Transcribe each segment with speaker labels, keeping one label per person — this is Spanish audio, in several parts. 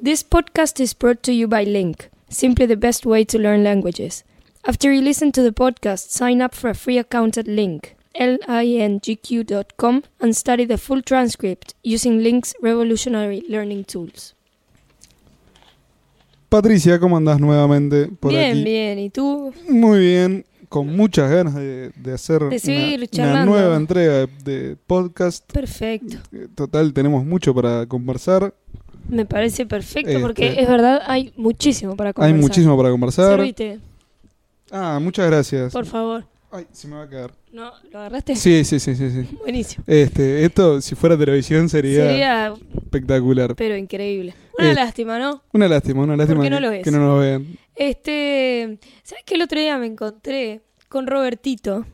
Speaker 1: This podcast is brought to you by Link, simply the best way to learn languages. After you listen to the podcast, sign up for a free account at Link, lingq.com, and study the full transcript using Link's revolutionary learning tools.
Speaker 2: Patricia, ¿cómo andás nuevamente por
Speaker 1: bien,
Speaker 2: aquí?
Speaker 1: bien, ¿y tú?
Speaker 2: Muy bien, con muchas ganas de, de hacer
Speaker 1: De seguir
Speaker 2: una- una,
Speaker 1: charlando.
Speaker 2: nueva entrega de, de podcast.
Speaker 1: Perfecto.
Speaker 2: Eh, Total, tenemos mucho para conversar.
Speaker 1: Me parece perfecto porque
Speaker 2: Este-
Speaker 1: es verdad, hay muchísimo para conversar.
Speaker 2: Hay muchísimo para conversar.
Speaker 1: Servite,
Speaker 2: Ah, muchas gracias.
Speaker 1: por favor.
Speaker 2: Ay, se me va a caer.
Speaker 1: No, ¿lo agarraste?
Speaker 2: Sí, sí, sí, sí, sí.
Speaker 1: Buenísimo.
Speaker 2: Este, esto, si fuera televisión, sería,
Speaker 1: Sería,
Speaker 2: espectacular.
Speaker 1: pero increíble. Una
Speaker 2: Eh,
Speaker 1: lástima, ¿no?
Speaker 2: Una lástima, una lástima
Speaker 1: qué no
Speaker 2: que,
Speaker 1: lo es?
Speaker 2: que no nos vean.
Speaker 1: Este, ¿sabes que el otro día me encontré con Robertito?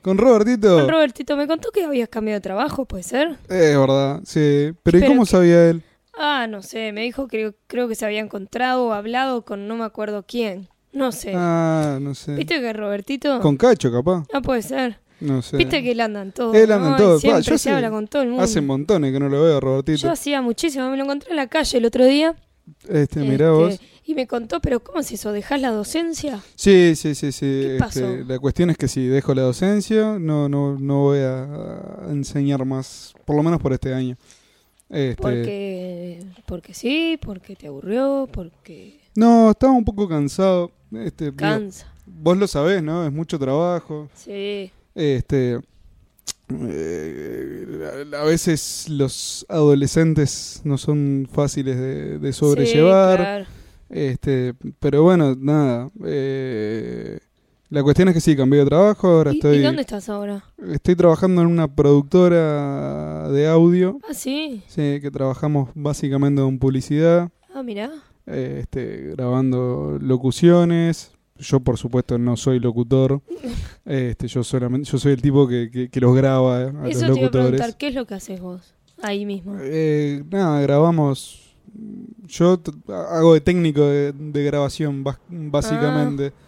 Speaker 2: Con Robertito.
Speaker 1: Con Robertito me contó que habías cambiado de trabajo, ¿puede ser?
Speaker 2: Eh, es verdad, sí. Pero ¿y
Speaker 1: Pero
Speaker 2: cómo
Speaker 1: que-
Speaker 2: sabía él?
Speaker 1: Ah, no sé, me dijo que creo que se había encontrado o hablado con no me acuerdo quién. No sé.
Speaker 2: Ah, no sé.
Speaker 1: ¿Viste que Robertito?
Speaker 2: Con Cacho, capaz.
Speaker 1: Ah, puede ser.
Speaker 2: No sé.
Speaker 1: ¿Viste que él andan todos?
Speaker 2: Él anda en
Speaker 1: ¿no? Y
Speaker 2: todo. Pa,
Speaker 1: Siempre
Speaker 2: yo
Speaker 1: se
Speaker 2: hace-
Speaker 1: habla con todo el mundo.
Speaker 2: Hace montones que no lo veo a Robertito.
Speaker 1: Mm. Yo hacía muchísimo, me lo encontré en la calle el otro día.
Speaker 2: Este, mirá
Speaker 1: este,
Speaker 2: vos. Este.
Speaker 1: Y me contó, pero ¿cómo es eso? ¿Dejás la docencia?
Speaker 2: Sí, sí, sí, sí.
Speaker 1: ¿Qué
Speaker 2: este,
Speaker 1: pasó?
Speaker 2: la cuestión es que si dejo la docencia, no, no, no voy a a enseñar más, por lo menos por este año. Este,
Speaker 1: Porque, porque sí, porque te aburrió, porque
Speaker 2: No, estaba un poco cansado. Este, digo,
Speaker 1: cansa.
Speaker 2: vos lo sabés, ¿no? Es mucho trabajo.
Speaker 1: Sí,
Speaker 2: Este, eh, a a veces los adolescentes no son fáciles de, de sobrellevar.
Speaker 1: sí, claro.
Speaker 2: Este, pero bueno, nada. eh, la cuestión es que sí, cambié de trabajo, ahora
Speaker 1: ¿Y-
Speaker 2: estoy
Speaker 1: ¿Y dónde estás ahora?
Speaker 2: estoy trabajando en una productora de audio,
Speaker 1: Ah, sí.
Speaker 2: sí, que trabajamos básicamente en publicidad,
Speaker 1: Ah, mirá.
Speaker 2: eh, este, grabando locuciones. Yo por supuesto no soy locutor. Este, yo solamente yo soy el tipo que, que- que los graba eh,
Speaker 1: Eso
Speaker 2: a los
Speaker 1: te iba a
Speaker 2: locutores.
Speaker 1: preguntar, ¿qué es lo que haces vos? Ahí mismo.
Speaker 2: Eh, nada, grabamos. Yo t- hago de técnico de, de grabación, bas- básicamente.
Speaker 1: Ah.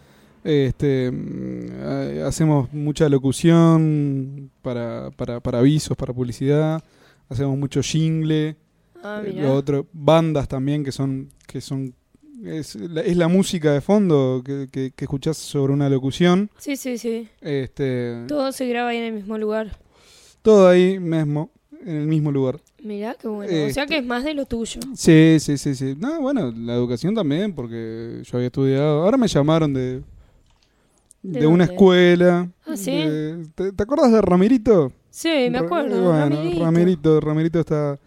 Speaker 2: Este, mm, eh, hacemos mucha locución para, para, para avisos, para publicidad. Hacemos mucho jingle.
Speaker 1: Ah,
Speaker 2: eh,
Speaker 1: mirá.
Speaker 2: lo otro, bandas también que son. Que son es, la, es la música de fondo que, que, que escuchás sobre una locución.
Speaker 1: Sí, sí, sí.
Speaker 2: Este,
Speaker 1: Todo se graba ahí en el mismo lugar.
Speaker 2: todo ahí mismo, en el mismo lugar.
Speaker 1: Mirá, qué bueno. O sea
Speaker 2: Este.
Speaker 1: que es más de lo tuyo.
Speaker 2: Sí, sí, sí, sí. No, bueno, la educación también, porque yo había estudiado. Ahora me llamaron de de,
Speaker 1: ¿De
Speaker 2: una
Speaker 1: dónde?
Speaker 2: escuela.
Speaker 1: Ah, ¿sí?
Speaker 2: de- ¿te, te acuerdas de Ramirito?
Speaker 1: Sí, me
Speaker 2: Ra-
Speaker 1: acuerdo.
Speaker 2: Bueno,
Speaker 1: Ramirito.
Speaker 2: Ramirito, Ramirito está,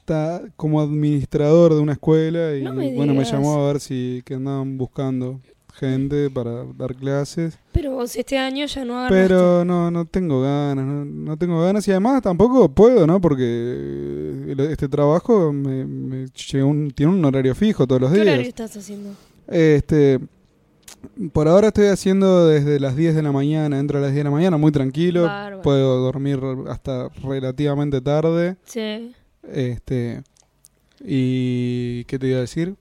Speaker 2: está como administrador de una escuela y
Speaker 1: No me
Speaker 2: bueno, me
Speaker 1: digas.
Speaker 2: llamó a ver si que andaban buscando gente para dar clases.
Speaker 1: Pero vos este año ya no agarraste.
Speaker 2: Pero no, no tengo ganas, no, no tengo ganas y además tampoco puedo, ¿no? Porque eh, el- este trabajo me, me llega un- tiene un horario fijo todos los
Speaker 1: ¿Qué
Speaker 2: días.
Speaker 1: horario estás haciendo?
Speaker 2: Este, por ahora estoy haciendo desde las 10 de la mañana, entro a las 10 de la mañana muy tranquilo,
Speaker 1: Bárbaro.
Speaker 2: puedo dormir hasta relativamente tarde.
Speaker 1: Sí.
Speaker 2: Este, y ¿qué te iba a decir?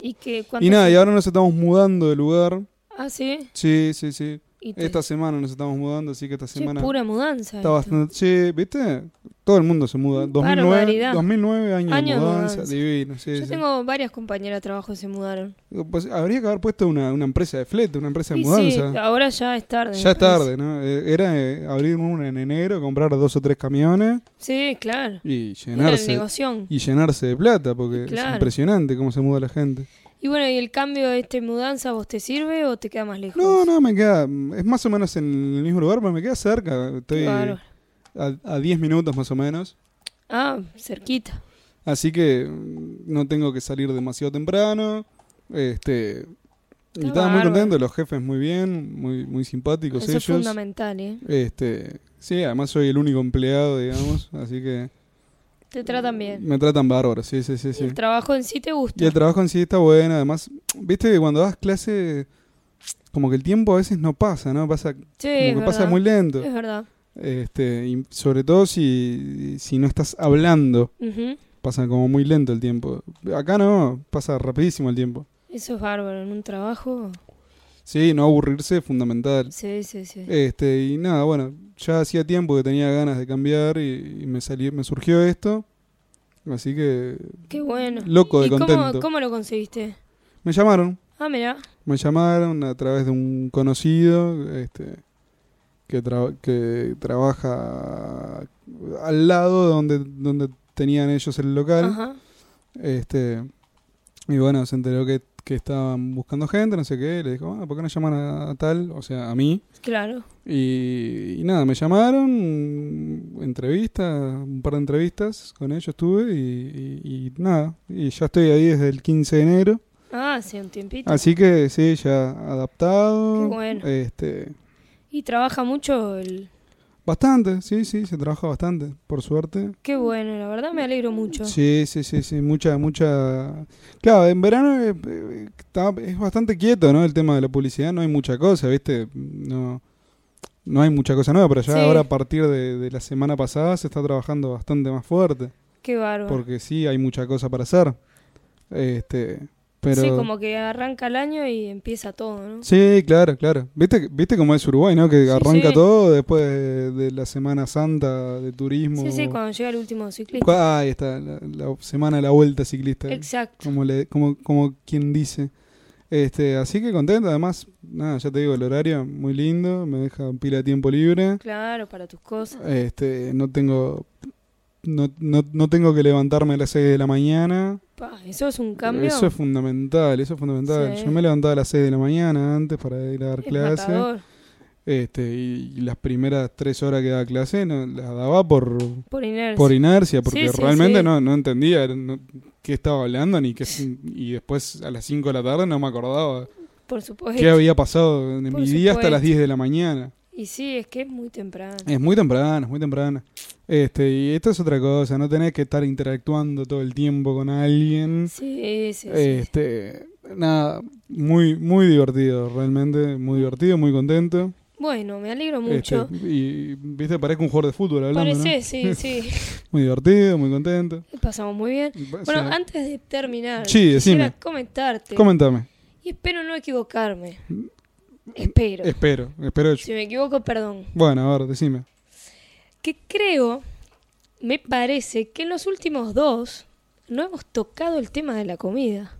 Speaker 1: ¿Y qué? ¿Cuánto?
Speaker 2: Y nada, y
Speaker 1: hace?
Speaker 2: ahora nos estamos mudando de lugar.
Speaker 1: Ah, sí.
Speaker 2: Sí, sí, sí.
Speaker 1: ¿Y te-
Speaker 2: Esta semana nos estamos mudando, así que esta
Speaker 1: che,
Speaker 2: semana
Speaker 1: pura mudanza.
Speaker 2: Está
Speaker 1: esto.
Speaker 2: bastante. Sí, ¿viste? Todo el mundo se muda. 2009,
Speaker 1: Mm, barbaridad.
Speaker 2: 2009 año,
Speaker 1: Año de
Speaker 2: de mudanza,
Speaker 1: mudanza.
Speaker 2: divino. sí,
Speaker 1: Yo
Speaker 2: sí.
Speaker 1: tengo varias compañeras de trabajo que se mudaron.
Speaker 2: Pues habría que haber puesto una, una empresa de flete, una empresa de
Speaker 1: Y sí,
Speaker 2: mudanza.
Speaker 1: ahora ya es tarde.
Speaker 2: ya
Speaker 1: me
Speaker 2: es tarde, ¿no? Eh, Era eh, abrir una en enero, comprar dos o tres camiones
Speaker 1: parece. Sí, claro. Era
Speaker 2: y
Speaker 1: el
Speaker 2: llenarse.
Speaker 1: negocio.
Speaker 2: Y llenarse de plata, porque
Speaker 1: Y claro.
Speaker 2: es impresionante cómo se muda la gente.
Speaker 1: Y bueno, ¿y el cambio de este mudanza vos te sirve o te queda más lejos?
Speaker 2: No, no, me queda. Es más o menos en el mismo lugar, pero me queda cerca. Estoy
Speaker 1: Claro.
Speaker 2: a a 10 minutos más o menos.
Speaker 1: Ah, cerquita.
Speaker 2: Así que mm, no tengo que salir demasiado temprano. Este, y
Speaker 1: Está
Speaker 2: estaba muy
Speaker 1: bárbaro.
Speaker 2: contento, los jefes muy bien, muy, muy simpáticos
Speaker 1: Eso es
Speaker 2: ellos.
Speaker 1: fundamental, ¿eh?
Speaker 2: Este, sí, además soy el único empleado, digamos, así que
Speaker 1: Te tratan bien.
Speaker 2: me tratan bárbaro, sí, sí, sí,
Speaker 1: Y
Speaker 2: sí.
Speaker 1: el trabajo en sí te gusta.
Speaker 2: Y el trabajo en sí está bueno, además, viste que cuando das clase, como que el tiempo a veces no pasa, ¿no? Pasa, como
Speaker 1: Sí,
Speaker 2: que
Speaker 1: es verdad.
Speaker 2: pasa muy lento.
Speaker 1: Es verdad.
Speaker 2: Este, y sobre todo si, si no estás hablando,
Speaker 1: Ujú.
Speaker 2: pasa como muy lento el tiempo. Acá no, pasa rapidísimo el tiempo.
Speaker 1: Eso es bárbaro. En un trabajo.
Speaker 2: Sí, no aburrirse es fundamental.
Speaker 1: Sí, sí, sí.
Speaker 2: Este, y nada, bueno, ya hacía tiempo que tenía ganas de cambiar y, y me salió, me surgió esto. Así que
Speaker 1: Qué bueno.
Speaker 2: loco de
Speaker 1: ¿Y cómo,
Speaker 2: contento.
Speaker 1: cómo lo conseguiste?
Speaker 2: Me llamaron,
Speaker 1: Ah, mira.
Speaker 2: me llamaron a través de un conocido este, que, tra- que trabaja al lado donde, donde tenían ellos el local.
Speaker 1: Ajá.
Speaker 2: Este, y bueno, se enteró que, que estaban buscando gente, no sé qué. Le dijo, ah, ¿por qué no llaman a, a tal? O sea, a mí.
Speaker 1: Claro.
Speaker 2: Y, y nada, me llamaron, entrevista, un par de entrevistas con ellos tuve y, y- y nada. Y ya estoy ahí desde el 15 de enero.
Speaker 1: Ah, hace un tiempito.
Speaker 2: Así que sí, ya adaptado.
Speaker 1: Qué bueno.
Speaker 2: Este,
Speaker 1: Y trabaja mucho el...
Speaker 2: bastante, sí, sí, se trabaja bastante, por suerte.
Speaker 1: Qué bueno, la verdad me alegro mucho.
Speaker 2: Sí, sí, sí, sí, mucha, mucha... Claro, en verano eh, eh, está- es bastante quieto, ¿no? El tema de la publicidad, no hay mucha cosa, ¿viste? No, no hay mucha cosa nueva, pero ya
Speaker 1: Sí.
Speaker 2: ahora a partir de, de la semana pasada se está trabajando bastante más fuerte,
Speaker 1: Qué bárbaro.
Speaker 2: porque sí, hay mucha cosa para hacer. Este, pero...
Speaker 1: Sí, como que arranca el año y empieza todo, ¿no?
Speaker 2: Sí, claro, claro. ¿Viste, viste cómo es Uruguay, ¿no? Que
Speaker 1: Sí,
Speaker 2: arranca
Speaker 1: sí.
Speaker 2: todo después de, de la Semana Santa de turismo.
Speaker 1: Sí, sí, cuando llega el último ciclista.
Speaker 2: Cu- ah, ahí está, la, la semana de la vuelta ciclista.
Speaker 1: Exacto.
Speaker 2: como le como como quien dice este así que contento además nada ya te digo el horario muy lindo me deja pila de tiempo libre
Speaker 1: Claro, para tus cosas.
Speaker 2: este no tengo no, no, no tengo que levantarme a las 6 de la mañana.
Speaker 1: Pa, eso es un cambio.
Speaker 2: Eso es fundamental, eso es fundamental.
Speaker 1: Sí.
Speaker 2: Yo me levantaba a las 6 de la mañana antes para ir a dar
Speaker 1: Es
Speaker 2: clase.
Speaker 1: matador.
Speaker 2: Este, y, y las primeras 3 horas que daba clase no, las daba por,
Speaker 1: Por inercia.
Speaker 2: por inercia, porque
Speaker 1: Sí, sí,
Speaker 2: realmente
Speaker 1: sí.
Speaker 2: No, no entendía no- qué estaba hablando ni qué, y después a las 5 de la tarde no me acordaba
Speaker 1: Por supuesto.
Speaker 2: qué había pasado en
Speaker 1: Por
Speaker 2: mi día hasta
Speaker 1: supuesto.
Speaker 2: las 10 de la mañana.
Speaker 1: Y sí, es que es muy temprano.
Speaker 2: Es muy temprano, es muy temprano. Este, y esto es otra cosa, no tenés que estar interactuando todo el tiempo con alguien.
Speaker 1: Sí, sí, sí.
Speaker 2: Este, nada, muy muy divertido, realmente muy divertido, muy contento.
Speaker 1: Bueno, me alegro
Speaker 2: Este,
Speaker 1: mucho.
Speaker 2: y viste, parezco un jugador de fútbol hablando, ¿no?
Speaker 1: Parece, sí, sí.
Speaker 2: Muy divertido, muy contento.
Speaker 1: Pasamos muy bien. Bueno,
Speaker 2: Sí.
Speaker 1: antes de terminar,
Speaker 2: Sí,
Speaker 1: quisiera
Speaker 2: decime.
Speaker 1: comentarte.
Speaker 2: Comentame.
Speaker 1: y espero no equivocarme.
Speaker 2: Mm,
Speaker 1: Espero.
Speaker 2: Espero, espero.
Speaker 1: Si me equivoco, perdón.
Speaker 2: Bueno, a ver, decime.
Speaker 1: Que creo, me parece que en los últimos dos no hemos tocado el tema de la comida.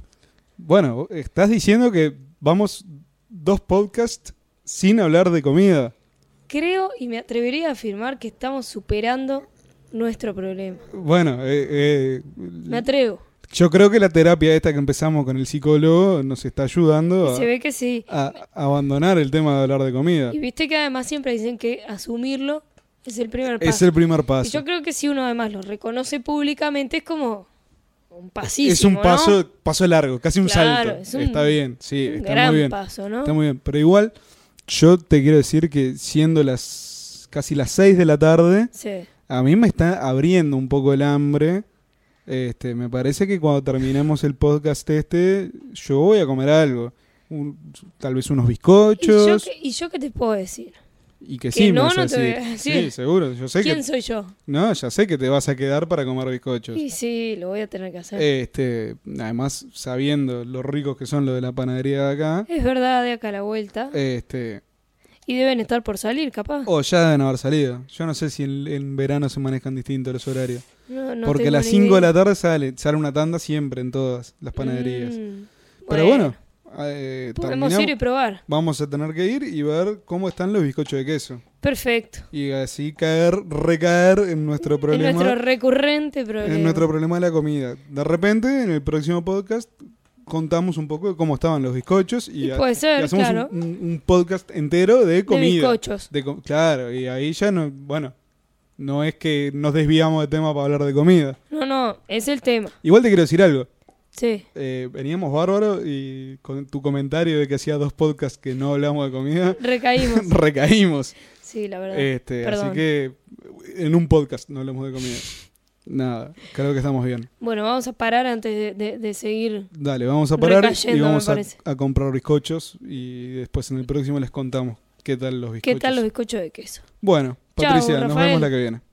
Speaker 2: Bueno, estás diciendo que vamos dos podcasts sin hablar de comida.
Speaker 1: Creo y me atrevería a afirmar que estamos superando nuestro problema.
Speaker 2: Bueno, eh, eh,
Speaker 1: Me atrevo.
Speaker 2: yo creo que la terapia esta que empezamos con el psicólogo nos está ayudando
Speaker 1: Se
Speaker 2: a,
Speaker 1: ve que sí.
Speaker 2: a- a abandonar el tema de hablar de comida.
Speaker 1: Y viste que además siempre dicen que asumirlo es el primer paso.
Speaker 2: Es el primer
Speaker 1: Y
Speaker 2: paso.
Speaker 1: yo creo que si uno además lo reconoce públicamente es como un pasísimo,
Speaker 2: Es un
Speaker 1: ¿no?
Speaker 2: paso, paso largo, casi un
Speaker 1: Claro,
Speaker 2: salto.
Speaker 1: es un-
Speaker 2: está bien, sí,
Speaker 1: Un
Speaker 2: está
Speaker 1: gran
Speaker 2: muy bien.
Speaker 1: paso, ¿no?
Speaker 2: Está muy bien. Pero igual, yo te quiero decir que siendo las casi las 6 de la tarde,
Speaker 1: Sí.
Speaker 2: A mí me está abriendo un poco el hambre. Este, me parece que cuando terminemos el podcast este, yo voy a comer algo. Un- tal vez unos
Speaker 1: ¿Y yo,
Speaker 2: bizcochos.
Speaker 1: qué, y yo qué te puedo decir?
Speaker 2: Y que,
Speaker 1: que
Speaker 2: sí, me
Speaker 1: no,
Speaker 2: vas a
Speaker 1: no te voy
Speaker 2: decir.
Speaker 1: a
Speaker 2: Sí,
Speaker 1: decir.
Speaker 2: seguro. Yo sé
Speaker 1: ¿Quién
Speaker 2: que,
Speaker 1: soy yo?
Speaker 2: no, ya sé que te vas a quedar para comer bizcochos.
Speaker 1: Y sí, lo voy a tener que hacer.
Speaker 2: Este, además, sabiendo lo ricos que son los de la panadería de acá,
Speaker 1: Es verdad, de acá a la vuelta.
Speaker 2: este,
Speaker 1: y deben estar por salir, capaz.
Speaker 2: o ya deben haber salido. Yo no sé si en, en verano se manejan distintos los horarios.
Speaker 1: No- no
Speaker 2: porque a
Speaker 1: tengo
Speaker 2: las
Speaker 1: ni
Speaker 2: 5
Speaker 1: idea.
Speaker 2: de la tarde sale, sale una tanda siempre en todas las panaderías.
Speaker 1: Mm,
Speaker 2: Pero bueno, eh,
Speaker 1: Podemos
Speaker 2: terminamos-
Speaker 1: ir y probar.
Speaker 2: vamos a tener que ir y ver cómo están los bizcochos de queso.
Speaker 1: Perfecto.
Speaker 2: Y así caer, recaer en nuestro problema.
Speaker 1: es nuestro recurrente problema.
Speaker 2: en nuestro problema de la comida. De repente, en el próximo podcast, contamos un poco de cómo estaban los bizcochos y,
Speaker 1: Y
Speaker 2: ha-
Speaker 1: puede
Speaker 2: y
Speaker 1: ser,
Speaker 2: hacemos un-
Speaker 1: claro.
Speaker 2: un, un podcast entero de
Speaker 1: de
Speaker 2: comida.
Speaker 1: bizcochos.
Speaker 2: De co- claro, y ahí ya no, bueno, no es que nos desviamos de tema para hablar de comida.
Speaker 1: No, no, es el tema.
Speaker 2: Igual te quiero decir algo.
Speaker 1: Sí.
Speaker 2: Eh, veníamos bárbaro y con tu comentario de que hacía dos podcasts que no hablamos de comida,
Speaker 1: Recaímos.
Speaker 2: recaímos.
Speaker 1: Sí, la verdad.
Speaker 2: Este, así
Speaker 1: Perdón.
Speaker 2: que en un podcast no hablamos de comida. Nada, creo que estamos bien.
Speaker 1: Bueno, vamos a parar antes de, de- de seguir.
Speaker 2: Dale, vamos a parar y
Speaker 1: Recayendo,
Speaker 2: vamos
Speaker 1: me
Speaker 2: a,
Speaker 1: parece.
Speaker 2: a comprar bizcochos y después en el próximo les contamos qué tal los
Speaker 1: ¿Qué
Speaker 2: bizcochos.
Speaker 1: tal los bizcochos de queso?
Speaker 2: Bueno,
Speaker 1: Chau,
Speaker 2: Patricia, nos
Speaker 1: Rafael.
Speaker 2: vemos la que viene.